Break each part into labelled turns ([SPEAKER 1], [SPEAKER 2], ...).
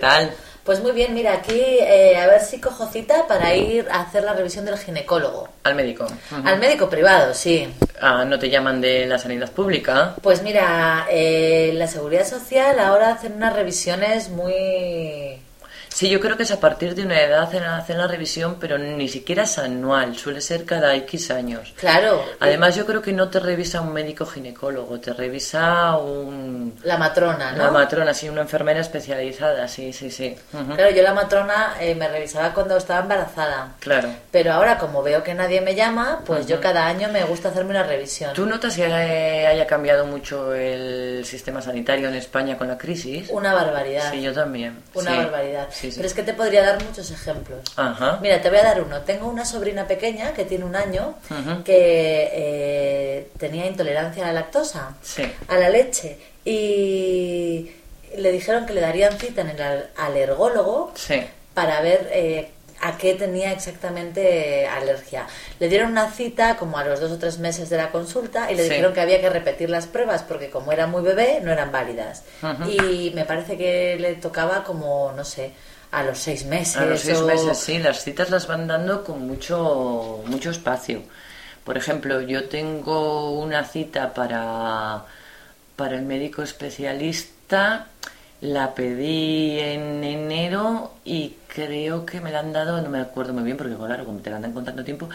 [SPEAKER 1] tal?
[SPEAKER 2] Pues muy bien, mira, aquí eh, a ver si cojo cita para ir a hacer la revisión del ginecólogo.
[SPEAKER 1] Al médico. Ujú.
[SPEAKER 2] Al médico privado, sí.
[SPEAKER 1] Ah, no te llaman de la sanidad pública.
[SPEAKER 2] Pues mira, eh, la seguridad social ahora hacen unas revisiones muy...
[SPEAKER 1] Sí, yo creo que es a partir de una edad hacen, hacen la revisión, pero ni siquiera es anual, suele ser cada X años.
[SPEAKER 2] Claro.
[SPEAKER 1] Además, yo creo que no te revisa un médico ginecólogo, te revisa un,
[SPEAKER 2] La matrona, Ah, ¿no?
[SPEAKER 1] una matrona, sí, una enfermera especializada, sí, sí, sí. Ujú,
[SPEAKER 2] Claro, yo la matrona eh, me revisaba cuando estaba embarazada.
[SPEAKER 1] Claro.
[SPEAKER 2] Pero ahora, como veo que nadie me llama, pues yo cada año me gusta hacerme una revisión.
[SPEAKER 1] ¿Tú notas que eh, haya cambiado mucho el sistema sanitario en España con la crisis?
[SPEAKER 2] Una barbaridad.
[SPEAKER 1] Sí, yo también.
[SPEAKER 2] Una
[SPEAKER 1] sí.
[SPEAKER 2] barbaridad.
[SPEAKER 1] Sí, sí.
[SPEAKER 2] Pero es que te podría dar muchos ejemplos.
[SPEAKER 1] Ajá.
[SPEAKER 2] Mira, te voy a dar uno. Tengo una sobrina pequeña que tiene un año
[SPEAKER 1] Ujú.
[SPEAKER 2] que eh, tenía intolerancia a la lactosa,
[SPEAKER 1] Sí.
[SPEAKER 2] a la leche, y le dijeron que le darían cita en el al- alergólogo
[SPEAKER 1] Sí.
[SPEAKER 2] para ver eh, a qué tenía exactamente eh, alergia. Le dieron una cita como a los dos o tres meses de la consulta y le
[SPEAKER 1] Sí.
[SPEAKER 2] dijeron que había que repetir las pruebas porque como era muy bebé no eran válidas.
[SPEAKER 1] Ujú.
[SPEAKER 2] Y me parece que le tocaba como, no sé, a los seis meses.
[SPEAKER 1] A los seis
[SPEAKER 2] o-
[SPEAKER 1] meses, sí, las citas las van dando con mucho, mucho espacio. Por ejemplo, yo tengo una cita para, para el médico especialista, la pedí en enero y creo que me la han dado, no me acuerdo muy bien, porque claro, como te la andan con tanto tiempo,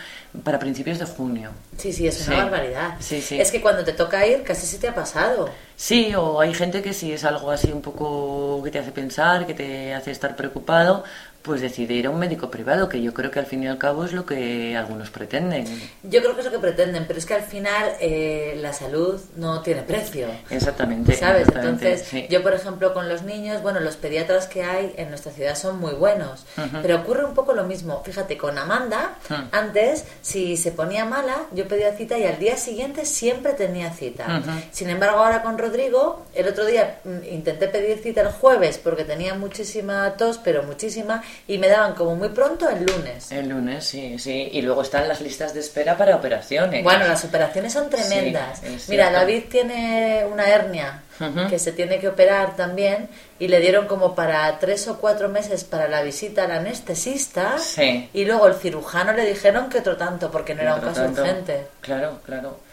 [SPEAKER 1] para principios de junio.
[SPEAKER 2] Sí, sí, es una
[SPEAKER 1] Sí.
[SPEAKER 2] barbaridad.
[SPEAKER 1] Sí, sí.
[SPEAKER 2] Es que cuando te toca ir casi se te ha pasado.
[SPEAKER 1] Sí, o hay gente que si es algo así un poco que te hace pensar, que te hace estar preocupado, pues decide ir a un médico privado, que yo creo que al fin y al cabo es lo que algunos pretenden.
[SPEAKER 2] Yo creo que es lo que pretenden, pero es que al final eh, la salud no tiene precio.
[SPEAKER 1] Exactamente.
[SPEAKER 2] Pues ¿Sabes?
[SPEAKER 1] exactamente,
[SPEAKER 2] Entonces,
[SPEAKER 1] sí.
[SPEAKER 2] yo por ejemplo con los niños, bueno, los pediatras que hay en nuestra ciudad son muy buenos,
[SPEAKER 1] Ujú.
[SPEAKER 2] pero ocurre un poco lo mismo. Fíjate, con Amanda,
[SPEAKER 1] Hmm.
[SPEAKER 2] antes, si se ponía mala, yo pedía cita y al día siguiente siempre tenía cita.
[SPEAKER 1] Ujú.
[SPEAKER 2] Sin embargo, ahora con Rodrigo, el otro día mm, intenté pedir cita el jueves porque tenía muchísima tos, pero muchísima, y me daban como muy pronto el lunes.
[SPEAKER 1] El lunes, sí, sí. Y luego están las listas de espera para operaciones.
[SPEAKER 2] Bueno, las operaciones son tremendas.
[SPEAKER 1] Eh, Sí, es
[SPEAKER 2] Mira,
[SPEAKER 1] cierto.
[SPEAKER 2] David tiene una hernia
[SPEAKER 1] Ujú.
[SPEAKER 2] que se tiene que operar también y le dieron como para tres o cuatro meses para la visita al anestesista
[SPEAKER 1] Sí.
[SPEAKER 2] y luego el cirujano le dijeron que otro tanto porque no era un
[SPEAKER 1] Por lo
[SPEAKER 2] caso
[SPEAKER 1] tanto,
[SPEAKER 2] urgente.
[SPEAKER 1] Claro, claro.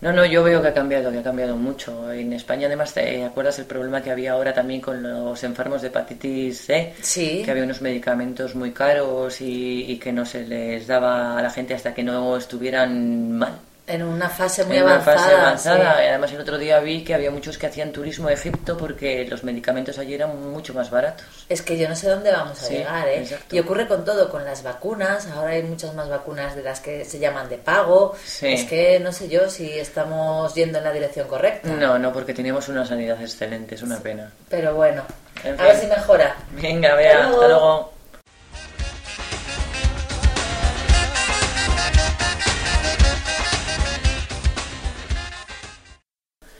[SPEAKER 1] No, no, yo veo que ha cambiado, que ha cambiado mucho. En España, además, ¿te acuerdas el problema que había ahora también con los enfermos de hepatitis C?
[SPEAKER 2] Sí.
[SPEAKER 1] que había unos medicamentos muy caros y, y que no se les daba a la gente hasta que no estuvieran mal.
[SPEAKER 2] En una fase muy
[SPEAKER 1] en una
[SPEAKER 2] avanzada.
[SPEAKER 1] fase avanzada.
[SPEAKER 2] sí.
[SPEAKER 1] Además, el otro día vi que había muchos que hacían turismo a Egipto porque los medicamentos allí eran mucho más baratos.
[SPEAKER 2] Es que yo no sé dónde vamos a
[SPEAKER 1] Sí,
[SPEAKER 2] llegar, ¿eh?
[SPEAKER 1] exacto.
[SPEAKER 2] Y ocurre con todo, con las vacunas. Ahora hay muchas más vacunas de las que se llaman de pago.
[SPEAKER 1] Sí.
[SPEAKER 2] Es que no sé yo si estamos yendo en la dirección correcta.
[SPEAKER 1] No, no, porque teníamos una sanidad excelente, es una pena.
[SPEAKER 2] Pero bueno,
[SPEAKER 1] En
[SPEAKER 2] a ver
[SPEAKER 1] fin.
[SPEAKER 2] si mejora.
[SPEAKER 1] Venga, vea,
[SPEAKER 2] Hasta
[SPEAKER 1] hasta
[SPEAKER 2] luego.
[SPEAKER 1] luego.